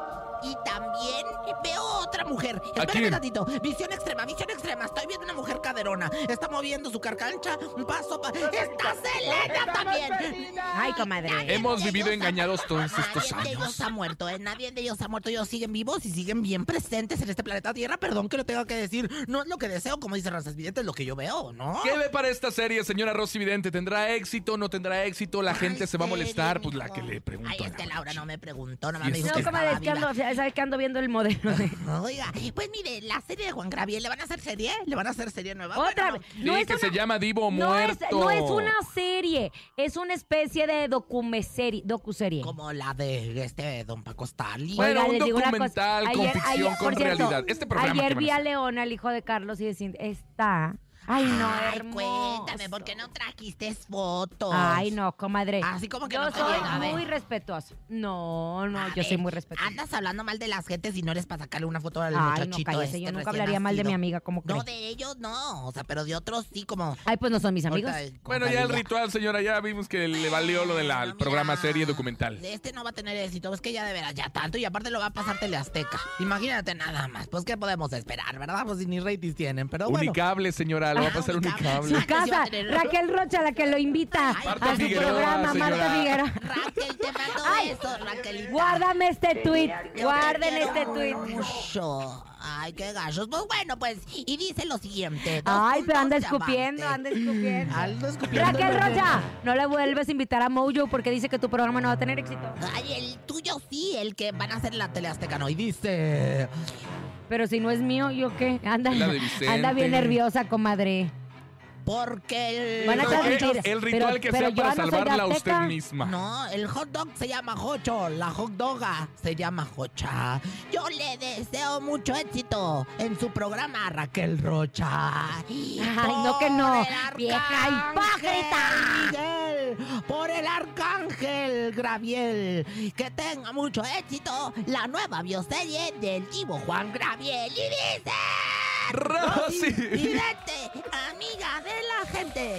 C: Y también veo otra mujer. Espérame
D: quién?
C: un ratito. Visión extrema, visión extrema. Estoy viendo una mujer caderona. Está moviendo su carcancha. Un paso pa- ¡Está Selena también!
B: Ay, comadre.
D: Hemos
C: de
D: vivido
C: ellos ha-
D: engañados todos estos
C: Nadie de
D: años.
C: ellos ha muerto, ¿eh? Nadie de ellos ha muerto. Ellos siguen vivos y siguen bien presentes en este planeta Tierra. Perdón que lo tenga que decir. No es lo que deseo, como dice Razas Videntes, es lo que yo veo, ¿no?
D: ¿Qué ve para esta serie, señora Rosy Vidente? ¿Tendrá éxito? ¿No tendrá éxito? ¿La gente
C: Ay,
D: se va a molestar?
C: serio,
D: Pues la
C: hijo.
D: que le pregunto.
C: Ay,
D: a
C: es
D: la
C: que Laura no me preguntó, nomás
D: Y
C: me
D: es
C: dijo
B: No,
C: que
B: comadre,
C: estaba
B: es que ando,
C: viva.
B: ¿sabes que ando viendo el modelo de-
C: Oiga, pues mire, la serie de Juan Gabriel, ¿le van a hacer serie? ¿Le van a hacer serie nueva?
B: Otra
C: Bueno,
B: vez.
D: Sí, que se llama Divo
B: no es,
D: Muerto.
B: no es una serie, es una especie de docuserie. docuserie.
C: Como la de este Don Paco Stalin.
D: Bueno,
B: Oigan,
D: un
B: les digo una cosa.
D: documental con ficción, con
B: por
D: realidad. Este programa que
B: Ayer
D: van a
B: vi a
D: hacer.
B: Leona, el hijo de Carlos, y decir, está. Ay, no,
C: Ay,
B: hermoso.
C: cuéntame, ¿por qué no trajiste fotos?
B: Ay, no, comadre.
C: Así como que
B: yo
C: no te ¿eh?
B: soy
C: llega, a ver.
B: muy respetuoso. No, no,
C: A
B: yo soy
C: ver,
B: muy respetuoso.
C: Andas hablando mal de las gentes y no eres para sacarle una foto al
B: Ay, no,
C: muchachito.
B: cállese,
C: este
B: yo nunca
C: recién
B: hablaría mal de mi
C: nacido.
B: amiga, ¿cómo
C: No,
B: crees?
C: de ellos no, o sea, pero de otros sí, como.
B: Ay, pues no son mis amigos.
C: Ahorita, como
D: Bueno, ya el
C: Talía.
D: ritual, señora, ya vimos que le valió lo del
C: Bueno, Ah, mira,
D: programa serie documental.
C: Este no va a tener éxito, es que ya de veras, ya tanto, y aparte lo va a pasar Teleazteca. Imagínate nada más, pues qué podemos esperar, ¿verdad? Pues si ni ratings tienen, pero bueno.
D: Unicable, señora, lo va a pasar
C: Unicable.
D: unicable.
B: Su
C: Antes iba a
B: casa,
C: tener-
B: Raquel Rocha, la que lo invita
C: Ay,
D: Marta
B: a su
D: Figueroa,
B: programa, Marta
D: señora.
B: Figueroa.
C: Raquel, te mando
B: Ay.
C: eso, Raquelita.
B: Guárdame este tweet,
C: Yo te
B: guarden
C: quiero
B: este tweet.
C: mucho. Ay, qué gachos. Pues bueno, pues, y dice lo siguiente. dos
B: Ay, pero
C: puntos
B: anda
C: de
B: escupiendo,
C: amante.
B: anda escupiendo.
C: Aldo escupiendo.
B: Raquel Rocha, no la vuelves a invitar a Mojo porque dice que tu programa no va a tener éxito.
C: Ay, el tuyo sí, el que van a hacer en la tele azteca, ¿no? Y dice...
B: Pero si no es mío, ¿yo qué? Anda,
D: La de Vicente.
B: anda bien nerviosa, comadre.
C: Porque el...
B: Van a
D: Pero, eh,
B: transmitir.
D: el ritual
B: Pero-
D: que
B: pero
D: sea
B: yo
D: para
B: no soy de
D: salvarla a
B: Azteca.
D: usted misma.
C: No, el hot dog se llama Jocho, la hot doga se llama Jocha. Yo le deseo mucho éxito en su programa a Raquel Rocha. Ay,
B: no que no, vieja
C: hipócrita. por el arcángel Graviel. Que tenga mucho éxito la nueva bioserie del Divo Juan Graviel. Y dice...
D: Rosy.
C: Vidente, amiga de la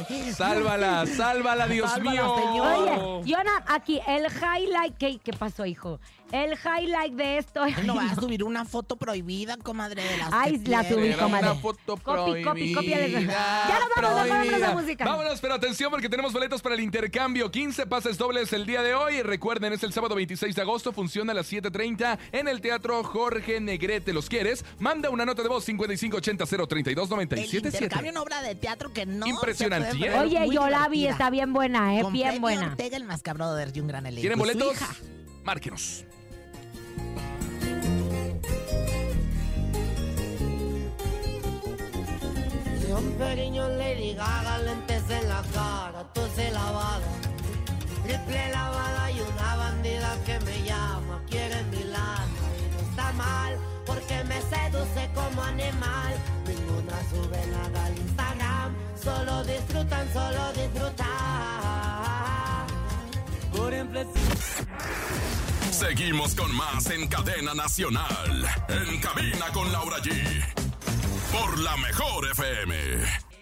C: gente.
D: Sálvala, sálvala, Dios
C: Sálvala,
D: mío.
C: señor.
B: Oye, Jonah, aquí el highlight. ¿Qué, qué pasó, hijo? El highlight de esto.
C: Él no va a
B: Ay,
C: subir una foto prohibida, comadre de las
B: Ay,
C: que
B: la
C: pierde.
B: subí,
D: Era
B: comadre.
D: una foto
B: Copy, copy,
D: prohibida,
B: cópiales. Ya nos vamos, nos vamos, nos
D: prohibida.
B: vamos, música.
D: Vámonos, pero atención porque tenemos boletos para el intercambio. 15 pases dobles el día de hoy. Recuerden, es el sábado 26 de agosto, funciona a las 7.30 en el Teatro Jorge Negrete. ¿Los quieres? Manda una nota de voz
C: El
D: 5580-032-977.
C: intercambio en obra de teatro que no
D: Impresionante,
C: se
D: ¿eh?
C: puede perder.
B: Oye,
C: Muy
B: yo la vi,
C: divertida.
B: está bien buena, ¿eh?
C: Con
B: Bien
C: Freddy
B: buena.
C: Ortega, el más brother y un gran elenco.
D: ¿Tienen
C: Y su
D: boletos?
C: hija.
D: Márquenos.
H: Yo un pequeño Lady Gaga, lentes en la cara, se lavada, triple lavada y una bandida que me llama, quiere mi lana y no está mal, porque me seduce como animal, ninguna sube nada al Instagram, solo disfrutan, solo disfrutan, por impresión.
A: Seguimos con más en Cadena Nacional. En cabina con Laura G. Por la mejor FM.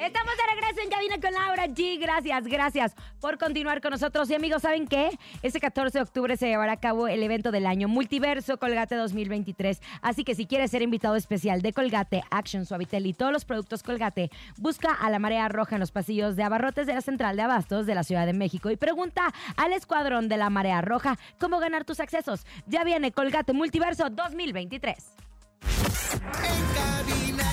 B: Estamos de regreso en Cabina con Laura G. Gracias, gracias por continuar con nosotros. Y amigos, ¿saben qué? Este 14 de octubre se llevará a cabo el evento del año Multiverso Colgate 2023. Así que si quieres ser invitado especial de Colgate, Action, Suavitel y todos los productos Colgate, busca a la Marea Roja en los pasillos de abarrotes de la Central de Abastos de la Ciudad de México y pregunta al escuadrón de la Marea Roja cómo ganar tus accesos. Ya viene Colgate Multiverso 2023.
I: En cabina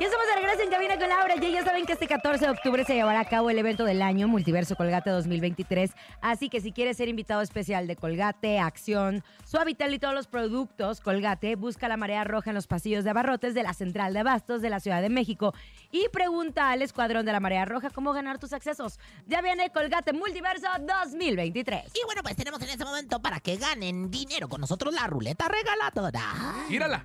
B: Ya estamos de regreso en Cabina con Laura. Ya, ya saben que este 14 de octubre se llevará a cabo el evento del año Multiverso Colgate 2023. Así que si quieres ser invitado especial de Colgate, Acción, Suavitel y todos los productos Colgate, busca la marea roja en los pasillos de abarrotes de la Central de Abastos de la Ciudad de México y pregunta al escuadrón de la marea roja cómo ganar tus accesos. Ya viene Colgate Multiverso 2023.
C: Y bueno, pues tenemos en este momento para que ganen dinero con nosotros la ruleta regaladora.
D: Gírala.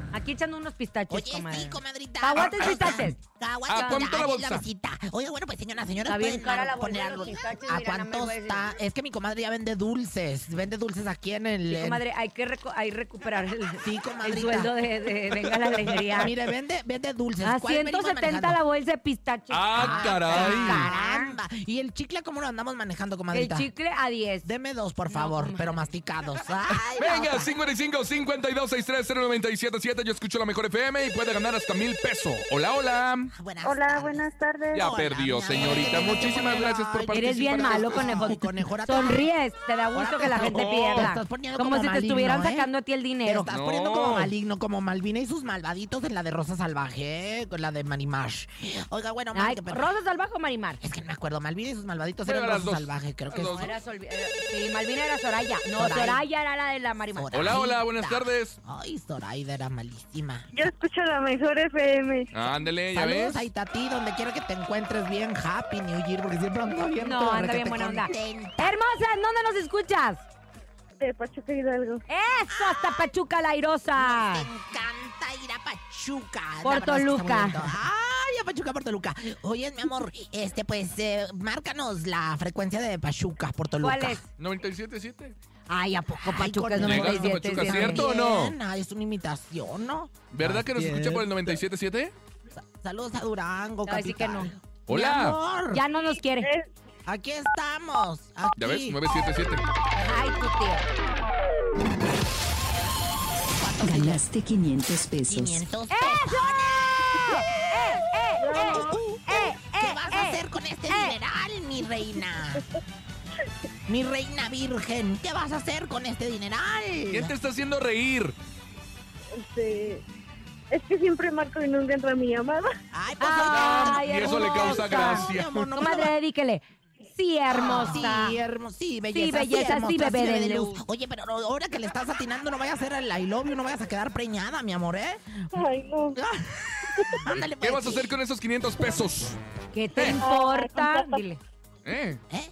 B: Aquí echando unos pistachos,
C: Oye,
B: comadre.
C: sí, comadrita.
B: Caguates, pistaches.
C: Caguates,
D: ¿A cuánto la
C: ay,
D: Ah, bolsa?
C: visita. Oye, bueno, pues señoras, señoras,
B: Está bien
C: pueden
B: cara la
C: poner
B: bolsa de
C: algo.
B: los pistaches,
C: ¿A
B: mira, no me
C: cuánto
B: voy a decir.
C: está? Es que mi comadre ya vende dulces. Vende dulces aquí en el...
B: Sí,
C: en-
B: comadre, hay que reco- hay recuperar el,
C: Sí,
B: el
C: comadrita.
B: sueldo de, de Venga la Alegría.
C: Mire, vende, vende dulces.
B: A
C: ¿Cuál venimos
B: 170 la
C: manejando?
B: bolsa de pistache.
D: Ah, caray.
C: Caramba. ¿Y el chicle cómo lo andamos manejando,
B: el
C: comadrita?
B: chicle a 10.
C: Deme dos, por favor, pero masticados. Ay, no.
D: Venga, 55 52 63 0977. Yo escucho la mejor FM y puede ganar hasta mil pesos. Hola, hola.
C: Buenas
J: Hola,
C: tardes.
J: buenas tardes.
D: Ya
C: Hola,
D: perdió,
C: mi
D: señorita.
C: amor.
D: Muchísimas gracias por participar.
B: Eres bien malo, conejo.
C: Ay, conejora.
B: Sonríes, te da gusto
C: Ahora
B: que la
C: te-
B: gente
C: Oh, te
B: pierda.
C: estás poniendo
B: Como,
C: como
B: si te
C: maligno,
B: estuvieran
C: ¿eh?
B: sacando a ti el
C: Pero
B: dinero.
C: estás
D: No.
C: poniendo como maligno, como Malvina y sus malvaditos en la de Rosa Salvaje, ¿eh? con la de Manimash. Oiga, bueno,
B: Ay,
C: Marte, pero-
B: Rosa Salvajo Marimar.
C: Es que no me acuerdo, Malvina y sus malvaditos
D: Pero
C: eran
D: las
C: Rosa
D: dos.
C: Salvaje, creo que
D: Las
C: es.
D: dos.
B: No, era Sol- eh, sí, Malvina era Soraya. No,
C: Soraya.
B: Soraya, era la de la Marimar.
C: Zoraida.
D: Hola, hola, buenas tardes.
C: Ay, Zoraida era malísima.
J: Yo escucho la mejor FM.
D: Ándele, ya
C: Saludos
D: ves.
C: a Itatí, donde quiero que te encuentres bien, happy New Year, porque siempre ando bien.
B: No,
C: pero
B: anda
C: requete
B: bien buena onda.
C: contenta.
B: Hermosa, ¿en ¿dónde nos escuchas?
J: De Pachuca Hidalgo.
B: Eso, hasta Pachuca la Airosa.
C: Me encanta ir a Pachuca. la
B: Puerto
C: verdad es que está muy
B: Luca.
C: lindo. Ay, a Pachuca, Puerto Luca. Oye, mi amor, este, pues, eh, márcanos la frecuencia de Pachuca, Puerto Luca.
B: ¿Cuál es?
D: 977.
B: Ay, ¿a poco Pachuca es
C: con-
D: Llegaste a
B: 97?
D: Pachuca,
B: sí,
D: ¿cierto o
B: sí.
D: no?
C: Bien, ah, es una imitación, ¿no?
D: ¿Verdad que nos
C: Así
D: escucha por el
C: es.
D: 977?
C: Sa- Saludos a Durango,
B: Ay, sí que no.
C: capital. Mi
D: Hola.
C: amor,
B: Ya no nos quiere.
J: Es-
C: aquí estamos. Aquí.
D: Ya ves, 977.
B: Ay, tu tío.
K: Ganaste 500 pesos.
C: 500
B: ¡Eso! ¡Eh, eh, eh! ¡Eh,
C: Uh, ¿Qué
B: eh,
C: vas a
B: eh!
C: hacer con este
B: eh.
C: dineral, mi reina? Mi reina virgen, ¿qué vas a hacer con este dineral?
D: ¿Quién te está haciendo reír?
J: este, es que siempre marco y nunca entra mi llamada.
C: Ay, pues
B: Ay,
D: Y eso le causa
B: hermosa.
D: gracia.
B: Comadre, dedíquele. Sí, hermosa.
C: Sí, hermosa. Sí, belleza.
B: belleza, sí,
C: hermosa,
B: bebé de luz.
C: Oye, pero ahora que le estás atinando, no vayas a hacer el I love you, no vayas a quedar preñada, mi amor, ¿eh?
J: Ay, no.
C: Ándale,
D: ¿Qué
C: pues,
D: vas a
C: sí.
D: hacer con esos 500 pesos?
B: ¿Qué te
D: Eh.
B: importa? Dile.
D: ¿Eh?
C: ¿Eh?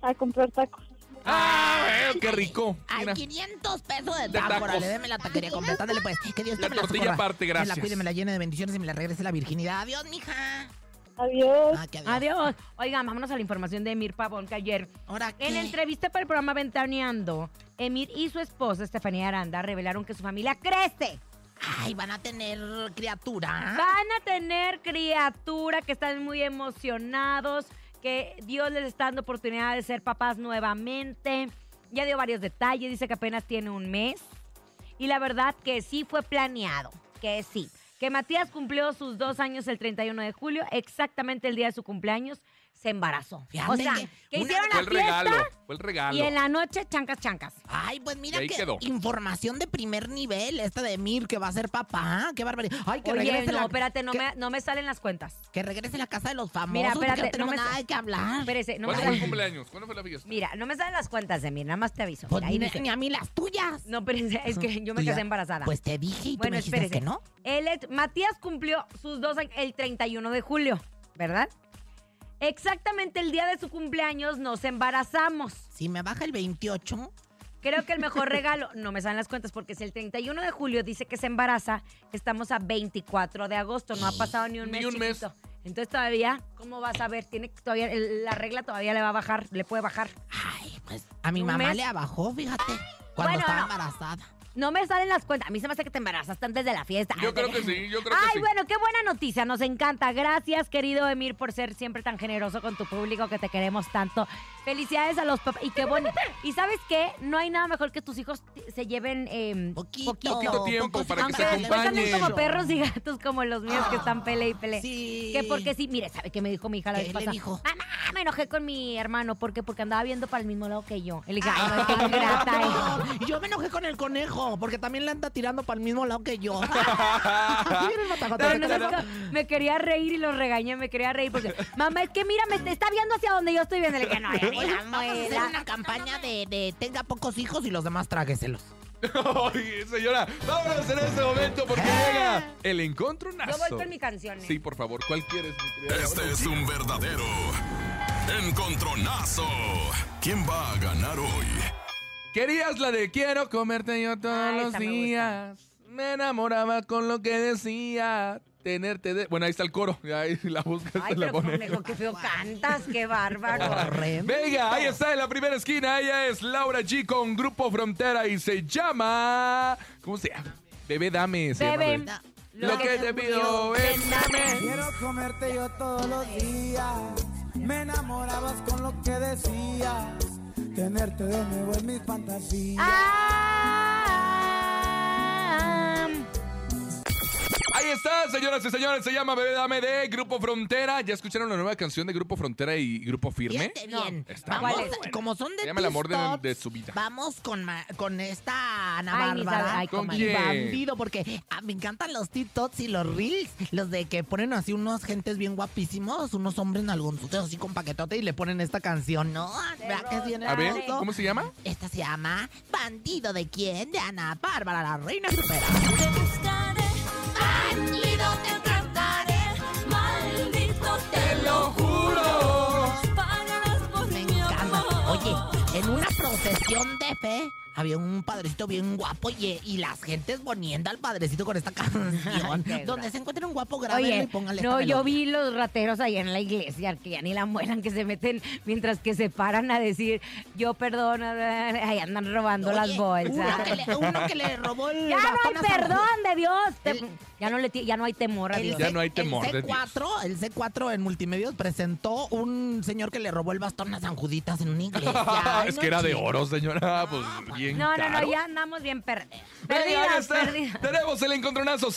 J: A comprar tacos.
D: ¡Ah, eh, qué rico!
C: Ay,
D: Mira.
C: 500 pesos de
D: De
C: taco,
D: tacos.
C: órale, deme la taquería completa, ándale pues. Que Dios
D: La
C: te me la
D: tortilla
C: socorra.
D: aparte,
C: Me
D: gracias.
C: la cuide, me la llene de bendiciones y me la regrese la virginidad. Adiós, mija.
J: Adiós.
C: Ah, que adiós.
B: Adiós. Oigan, vámonos a la información de Emir Pavón, que ayer
C: Ahora qué.
B: En entrevista para el programa Ventaneando, Emir y su esposa, Estefanía Aranda, revelaron que su familia crece.
C: Ay, van a tener criatura.
B: Van a tener criatura, que están muy emocionados, que Dios les está dando oportunidad de ser papás nuevamente. Ya dio varios detalles, dice que apenas tiene un mes. Y la verdad que sí fue planeado, que sí. Que Matías cumplió sus dos años el 31 de julio, exactamente el día de su cumpleaños, se embarazó.
C: Fíjate
B: o sea,
C: que
B: que
C: una-
B: hicieron
D: Fue
B: la
D: el regalo.
B: fiesta
D: Fue el
B: y en
D: regalo.
B: la noche chancas chancas.
C: Ay, pues mira
D: Y ahí
C: que
D: quedó.
C: información de primer nivel, esta de Mir que va a ser papá, qué barbaridad. Ay, que
B: Oye,
C: regrese
B: no,
C: la,
B: espérate, no
C: que,
B: me, no me salen las cuentas.
C: que regrese la casa de los famosos.
B: Mira,
C: porque
B: espérate,
C: no tenemos
B: no me- Ah,
C: nada de qué hablar.
B: Espérese, no me
D: ¿Cuándo fue el
B: salen.
D: cumpleaños? ¿Cuándo fue la fiesta?
B: Mira, no me salen las cuentas de mí, nada más te aviso.
C: Pues
B: Mira, ahí
C: ni,
B: dice-
C: ni a mí las tuyas.
B: No, pero es que yo me
C: Tú ya-
B: casé embarazada.
C: Pues te dije y tú
B: bueno,
C: me dijiste
B: espérese.
C: que no.
B: Él es- Matías cumplió sus dos años el 31 de julio, ¿verdad? Exactamente el día de su cumpleaños nos embarazamos.
C: Si me baja el 28,
B: Creo que el mejor regalo, no me salen las cuentas porque si el 31 de julio dice que se embaraza, estamos a 24 de agosto, no ha pasado ni un
D: Ni
B: mes.
D: un mes.
B: chiquito. Entonces todavía, ¿cómo vas a ver? Tiene que- todavía el- la regla todavía le va a bajar, le puede bajar.
C: pues, a mi
B: ¿Un
C: mamá
B: mes?
C: le abajó, fíjate, cuando
B: Bueno,
C: estaba
B: no.
C: embarazada.
B: No me salen las cuentas. A mí se me hace que te embarazaste antes de la fiesta.
D: Yo creo que sí, yo creo
B: Ay,
D: que sí.
B: bueno, qué buena noticia, nos encanta. Gracias, querido Emir, por ser siempre tan generoso con tu público que te queremos tanto. Felicidades a los papás. Y qué bonito. Y sabes qué, no hay nada mejor que tus hijos t- se lleven eh, poquito,
D: Poquito tiempo para que
B: Aunque
D: se
B: después
C: pues,
B: anden
D: acompañen.
B: como perros y gatos como los míos que están pele y pele.
C: Sí.
B: Que porque sí, mire, ¿sabe qué me dijo mi hija la
C: ¿Qué
B: vez
C: le
B: pasada?
C: dijo?
B: Mamá, me enojé con mi hermano. ¿Por qué? Porque andaba viendo para el mismo lado que yo. El gato, qué ingrata, ¿eh?
C: Y yo me enojé con el conejo, porque también le anda tirando para el mismo lado que yo. Miren, matacota,
B: Pero no,
C: matacota.
B: es que me quería reír y lo regañé, me quería reír porque, mamá, es que mira, me te está viendo hacia donde yo estoy viendo. Le dije, no, ya ni
C: Oye,
B: la
C: vamos a hacer
B: muela.
C: una campaña de, de tenga pocos hijos y los demás trágueselos.
D: Oye, señora, vámonos en este momento porque llega el encontronazo.
B: Ah. Yo voy con mi canción. ¿eh?
D: Sí, por favor, ¿cuál quieres? mi querida?
A: Este es un verdadero encontronazo. ¿Quién va a ganar hoy?
D: ¿Querías la de quiero comerte yo todos
B: Ah, esa
D: los
B: me gusta.
D: días? Me enamoraba con lo que decía. Tenerte de... Bueno, ahí está el coro. Ahí la buscas,
B: Ay,
D: te
B: pero
D: la pones.
B: conejo, qué feo cantas, qué bárbaro.
D: Venga, ahí está en la primera esquina. Ella es Laura G con Grupo Frontera y se llama. ¿Cómo se llama? Bebé Dame. se llama,
B: Beben.
D: bebé. Lo que te pido es dame.
I: Quiero comerte yo todos los días. Me enamorabas con lo que decías. Tenerte de nuevo en mis fantasías.
B: Ah,
D: Ahí está, señoras y señores. Se llama Bebé Dame de Grupo Frontera. ¿Ya escucharon la nueva canción de Grupo Frontera y Grupo Firme?
C: Fíjate
B: No.
C: bien.
D: Está
C: Vamos,
B: muy
D: bueno.
C: como son de
D: Se llama el amor de-
C: tus
D: de
C: tops,
D: su vida.
C: Vamos con, ma- con esta Ana
B: Ay, mis
C: Bárbara.
B: ab- ay,
D: ¿Con
B: comadre.
D: quién?
C: Bandido, porque ah, me encantan los TikToks y los Reels, los de que ponen así unos gentes bien guapísimos, unos hombres en algún así con paquetote y le ponen esta canción, ¿no? ¿Verdad que es bien
D: A ver,
C: hermoso?
D: ¿cómo se llama?
C: Esta se llama Bandido de quién? De Ana Bárbara, la reina supera.
E: Te buscaré, bandido te trataré, maldito te lo juro. Pagarás por
C: Me
E: mi
C: encanta.
E: amor.
C: Oye, en una procesión de fe había un padrecito bien guapo y, y las gentes poniendo al padrecito con esta canción.
B: qué
C: donde se encuentra un guapo, grábenlo y
B: Oye,
C: póngale
B: no,
C: esta
B: yo
C: melodía.
B: vi los rateros allá en la iglesia, que ya ni la mueran, que se meten mientras que se paran a decir, yo perdono, ahí andan robando
C: Oye,
B: las
C: Uno
B: bolsas.
C: que, le, uno que le robó el.
B: Ya no
C: bastón
B: hay
C: a San
B: perdón de Dios. Te-
C: El-
B: ya, no le, ti- ya no hay temor a
C: El
B: Dios.
D: Ya no hay
C: C-
D: temor de
C: El
D: Dios.
C: C4, el C4 en multimedios presentó un señor que le robó el bastón a San Juditas en una iglesia. Ay,
D: es
C: no
D: que era de
C: chingues.
D: oro, señora. Pues bien.
B: No, no,
D: caro.
B: no, ya andamos bien perdidas.
D: Venga, ahí
B: Perdidas,
D: está.
B: perdidas.
D: Tenemos el encontronazo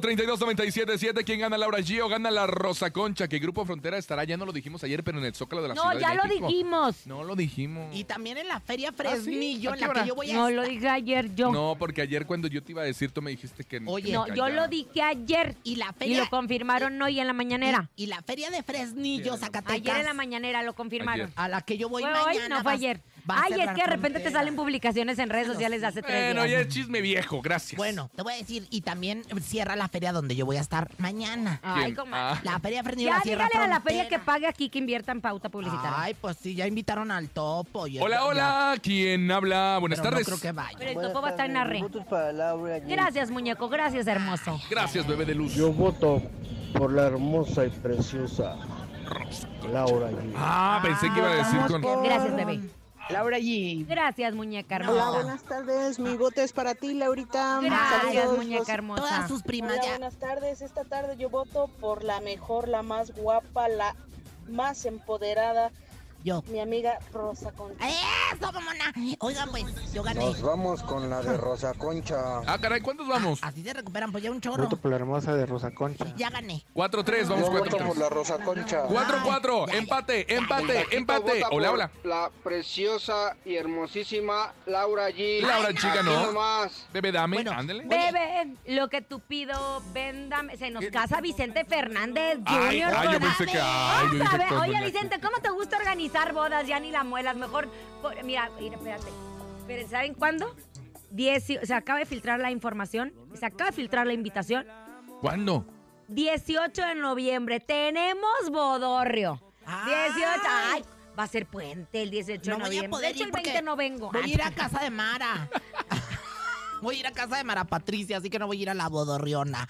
D: 5580-032-977. ¿Quién gana Laura G o gana la Rosa Concha? Que Grupo Frontera estará, ya no lo dijimos ayer, pero en el Zócalo de la
B: No,
D: Ciudad de
B: ya lo
D: México.
B: dijimos.
D: No lo dijimos.
C: Y también en la Feria Fresnillo,
D: ¿A
C: en
D: qué
C: la
D: hora?
C: que yo voy a.
B: No lo dije ayer yo. No,
D: No, porque ayer cuando yo te iba a decir, tú me dijiste que que
C: Oye.
D: me
B: yo
D: callara.
B: lo dije ayer.
C: Y la
B: Y
C: feria.
B: lo confirmaron hoy en la mañanera.
C: Y, y la feria de Fresnillo, Zacatecas.
B: Ayer en la mañanera lo confirmaron.
D: Ayer.
C: A la que yo voy
B: Fue hoy,
C: mañana.
B: no
C: va-
B: fue ayer.
C: va a
B: Ay, es
C: cerrar
B: que de repente te
C: frontera.
B: salen publicaciones en redes sociales de hace tres
D: Bueno, ya
B: días.
D: es chisme viejo, gracias.
C: Bueno, te voy a decir, y también cierra la feria donde yo voy a estar mañana.
B: Ay,
D: ¿Quién?
B: comadre.
D: Ah.
C: La feria Fresnillo
B: Ya
C: la cierra
B: dígale a la feria que
C: frontera.
B: pague aquí que inviertan pauta publicitaria.
C: Ay, pues sí, ya invitaron al topo. y-
D: Hola,
C: ya-
D: hola. ¿Quién habla? Buenas
C: pero
D: tardes.
C: No creo que vaya.
B: Pero el topo va a estar en la red. Gracias, muñeco. Gracias, hermoso.
D: Gracias, bebé de luz.
L: voto por la hermosa y preciosa Laura
D: Ah, pensé que iba a decir con.
B: Gracias, bebé.
L: Laura G.
B: Gracias, muñeca hermosa.
J: tardes, mi voto es para ti, Laurita.
B: Gracias, muñeca hermosa.
C: Todas sus primas
J: Hola,
C: ya.
J: buenas tardes. Esta tarde yo voto por la mejor, la más guapa, la más empoderada,
C: Yo.
J: mi amiga Rosa Concha.
C: ¡Eso, mamona! Oigan, pues, yo gané.
L: Nos vamos con la de Rosa Concha.
D: Ah, caray, ¿cuántos vamos?
C: Así se recuperan, pues ya un chorro.
L: Voto por la hermosa de Rosa Concha.
C: Ya gané.
D: 4-3, vamos
L: Yo voto por
D: 4-3.
L: la Rosa Concha.
D: 4-4,
C: Ya, ya.
D: empate,
C: Ya,
D: empate, empate.
M: Vota
D: Hola,
M: por
D: hola.
M: La preciosa y hermosísima Laura G.
D: Laura G
M: Aquí
D: ganó.
M: nomás.
D: Bebé, dame,
C: Bueno,
D: ándale.
B: Bebe, lo que tú pido, véndame. Se nos
D: ¿Qué?
B: casa Vicente Fernández
D: Ay,
B: Jr.
D: ay, yo
B: ¿verdad?
D: pensé que. Ay, yo
B: Vamos
D: dije
B: a ver.
D: todo
B: Oye,
D: muñeco.
B: Vicente, ¿cómo te gusta organizar bodas? Ya ni la muelas. Mejor, por- mira, mira, espérate. Pero, ¿saben cuándo? Dieci- se acaba de filtrar la información, se acaba de filtrar la invitación.
D: ¿Cuándo?
B: 18 de noviembre. Tenemos bodorrio. 18. Ay, va a ser puente el 18
C: Ah. No
B: de
C: voy a
B: noviembre.
C: poder
B: de hecho,
C: ir
B: el
C: porque
B: 20 no vengo. Ah,
C: Voy a ir a casa de Mara. Voy a ir a casa de Mara Patricia, así que no voy a ir a la bodorriona.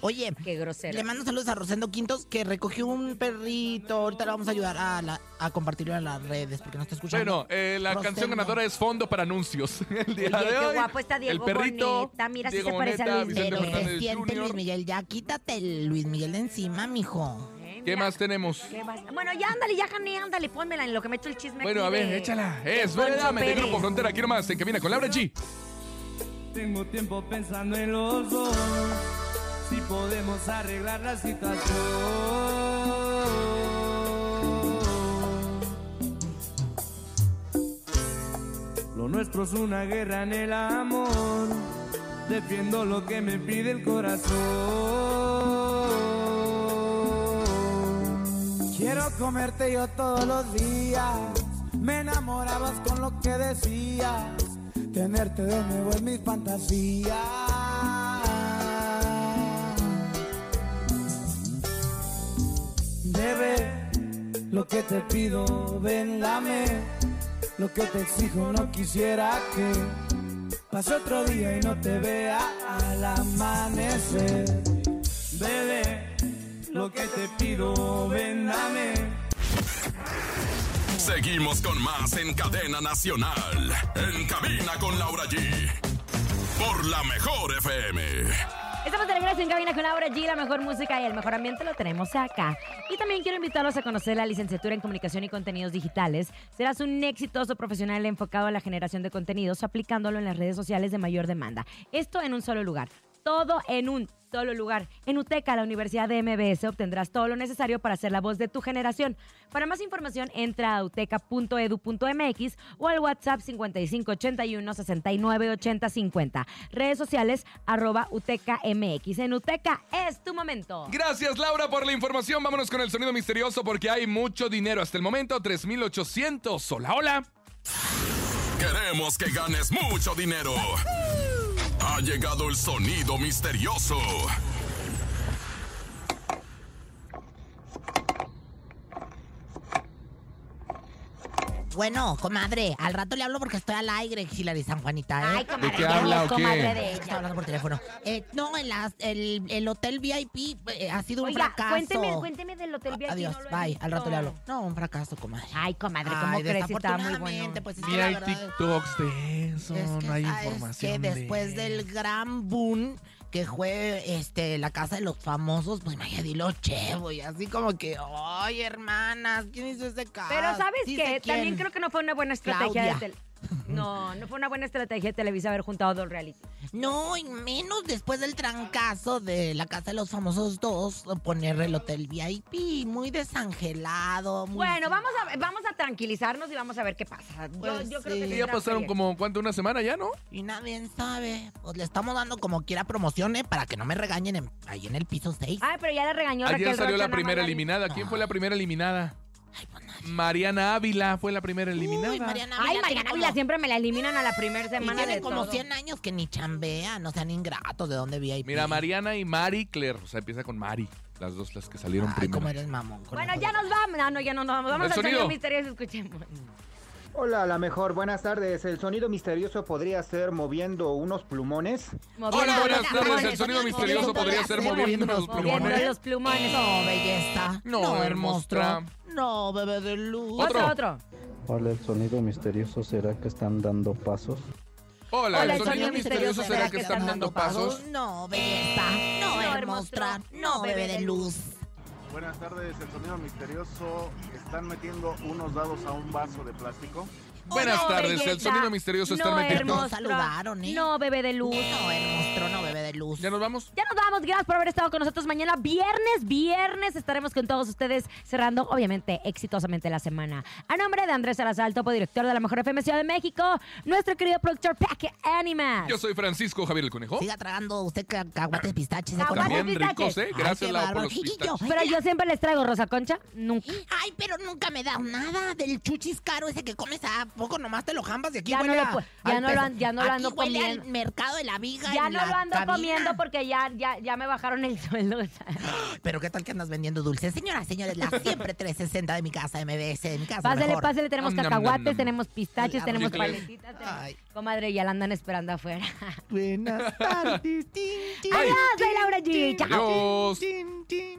C: Oye,
B: qué grosero.
C: Le mando saludos a Rosendo Quintos, que recogió un perrito. Ahorita le vamos a ayudar a, la- a compartirlo en las redes, porque no está escuchando.
D: Bueno, eh, la
C: Rosendo.
D: canción ganadora es Fondo para Anuncios. El día
B: Oye,
D: de
B: qué
D: hoy,
B: guapo está Diego
D: El perrito.
B: Boneta. Mira, sí
D: Diego
B: se parece a Luis
D: Boneta, Vicente
C: Pero se
D: Fernández
C: siente
D: Jr.
C: Luis Miguel, ya quítate el Luis Miguel de encima, mijo.
B: Eh,
D: ¿Qué
B: mira,
D: más tenemos?
B: ¿qué más? Bueno, ya ándale, ya gané, ándale, pónmela en lo que me echo el chisme.
D: Bueno,
B: aquí
D: a ver,
B: de-
D: échala. Es
B: Poncho
D: verdad, de
B: Pérez.
D: Grupo Frontera. Aquí nomás, en cabina con Laura G.
I: Tengo tiempo pensando en los dos, si podemos arreglar la situación. Lo nuestro es una guerra en el amor, defiendo lo que me pide el corazón. Quiero comerte yo todos los días, me enamorabas con lo que decías, tenerte de nuevo en mis fantasías. Bebé, lo que te pido, ven lame, lo que te exijo no quisiera que pase otro día y no te vea al amanecer. Bebé, lo que te pido, ven dame.
A: Seguimos con más en Cadena Nacional. En cabina con Laura G. Por la mejor FM.
B: Estamos de regreso en cabina con Laura G, la mejor música y el mejor ambiente lo tenemos acá. Y también quiero invitarlos a conocer la licenciatura en Comunicación y Contenidos Digitales. Serás un exitoso profesional enfocado a la generación de contenidos, aplicándolo en las redes sociales de mayor demanda. Esto en un solo lugar. Todo en un solo lugar. En UTECA, la Universidad de MBS, obtendrás todo lo necesario para ser la voz de tu generación. Para más información, entra a uteca.edu.mx o al WhatsApp 5581 6980 50. Redes sociales, arroba UTECAMX. En UTECA es tu momento.
D: Gracias, Laura, por la información. Vámonos con el sonido misterioso porque hay mucho dinero. Hasta el momento, 3,800. Hola, hola.
A: Queremos que ganes mucho dinero. Ha llegado el sonido misterioso.
C: Bueno, comadre, al rato le hablo porque estoy al aire, Hilary San Juanita, ¿eh?
B: Ay, comadre, ¿De qué ya habla habló, o qué? comadre, de ella.
C: Estoy hablando por teléfono. Eh, no, en las- el, el hotel VIP eh, ha sido un
B: Oiga,
C: fracaso.
B: cuénteme, cuénteme del hotel VIP.
C: Adiós,
B: no lo he
C: bye,
B: visto.
C: al rato le hablo. No, un fracaso, comadre.
B: Ay, comadre, ¿cómo
C: Ay,
B: crees? Si Estaba muy bueno.
C: desafortunadamente, pues es que
D: Ni
C: la
D: hay
C: verdad
D: TikToks de eso. no hay
C: ¿sabes
D: información.
C: qué?
D: de-
C: después del gran boom que fue este, la casa de los famosos, pues me dilo chevo y así como que, ay, hermanas, ¿quién hizo ese caso?
B: Pero ¿sabes
C: Sí sé
B: qué?
C: Ah, quién.
B: También creo que no fue una buena estrategia de
C: Claudia.
B: tel- No, no fue una buena estrategia de Televisa haber juntado dos reality.
C: No, y menos después del trancazo de la casa de los famosos dos, poner el hotel VIP, muy desangelado. muy-
B: Bueno, vamos a, vamos a tranquilizarnos y vamos a ver qué pasa. Yo-
C: Pues
B: yo creo que
C: sí.
B: sí
D: Y ya
B: será
D: pasaron
B: proyecto.
D: como, ¿cuánto? ¿Una semana ya, no?
C: Y nadie sabe. Pues le estamos dando como quiera promociones para que no me regañen en- ahí en el piso 6.
D: Ah,
B: Ay, pero ya la regañó
D: Ayer
B: Raquel
D: salió
B: Rocha,
D: la
B: nada
D: primera
B: más la-
D: eliminada. ¿Quién fue la primera eliminada? pues Mariana Ávila fue la primera eliminada.
C: Mariana
B: Ay,
C: Ávila
B: Mariana
C: tiene
B: Ávila
C: como-
B: siempre me la eliminan a la primera
C: Y
B: semana
C: tienen
B: de
C: como
B: todo.
C: 100 años que ni chambean, no sean ingratos de dónde VIP.
D: Mira, Mariana y Mari Claire. O sea, empieza con Mari. Las dos las que salieron
C: Ay,
D: primero.
C: cómo eres mamón. con
B: Bueno,
C: eso.
B: ya nos vamos. Ah, no, ya no nos vamos. Vamos
D: El
B: al sonido
D: sonido.
B: misterioso, escuchemos.
N: Hola, la mejor. Buenas tardes. El sonido misterioso podría ser moviendo unos plumones.
D: Hola, buenas tardes. El sonido misterioso podría ser moviendo los
B: Moviendo
D: plumones.
B: los plumones.
C: No, belleza.
D: No, hermosura.
C: No, bebé de luz.
D: Otro.
B: Otro.
L: Hola, el sonido misterioso será que están dando pasos.
D: Hola, el sonido misterioso será que están dando pasos.
C: No, belleza. No,
B: No,
C: hermosura.
B: hermosura.
C: No, bebé de luz.
O: Buenas tardes, el sonido misterioso. Están metiendo unos dados a un vaso de plástico.
D: Buenas
B: No,
D: tardes. El
B: belleza.
D: sonido misterioso está
B: No,
D: metiendo.
C: Nos
B: hermosura.
C: saludaron, ¿eh?
B: No, bebé de luz.
C: No, hermosura, no, bebé de luz.
D: ¿Ya nos vamos?
B: Ya nos vamos, gracias por haber estado con nosotros mañana viernes, viernes estaremos con todos ustedes cerrando obviamente exitosamente la semana. A nombre de Andrés Salazar, el topo director de la Mejor FM Ciudad de México, nuestro querido productor Pack Animas.
D: Yo soy Francisco Javier el Conejo.
C: Siga tragando usted ca- cacahuates pistaches. ¿eh,
B: Cacahuates
C: comadre?
D: También ricos, ¿eh?
C: Ay,
D: Gracias,
C: qué
D: Lau, por
C: bárbaro,
D: los
C: chiquillo.
D: pistaches.
B: Pero yo siempre les traigo Rosa Concha, nunca.
C: Ay, pero nunca me da nada del chuchis caro ese que comes a poco nomás te lo jambas de aquí
B: Ya no
C: huele
B: lo
C: a-
B: pu- ya
C: al
B: no lo
C: peso.
B: an- ya no lo
C: Aquí
B: ando
C: huele
B: comiendo.
C: al mercado de la viga
B: Ya
C: en
B: no
C: la
B: lo ando
C: cabina.
B: comiendo porque ya, ya, ya me bajaron el sueldo.
C: Pero qué tal que andas vendiendo dulces. Señoras, señores, la siempre 360 de mi casa, MBS, de mi casa.
B: Pásele,
C: mejor.
B: pásele, tenemos
C: Nom, nom,
B: cacahuates,
C: nom, nom.
B: tenemos pistaches,
C: Hola,
B: tenemos
C: chicles.
B: paletitas. tenemos- Comadre, ya la andan esperando afuera.
C: Buenas tardes.
B: Adiós, soy Laura G. Chao.
A: Adiós.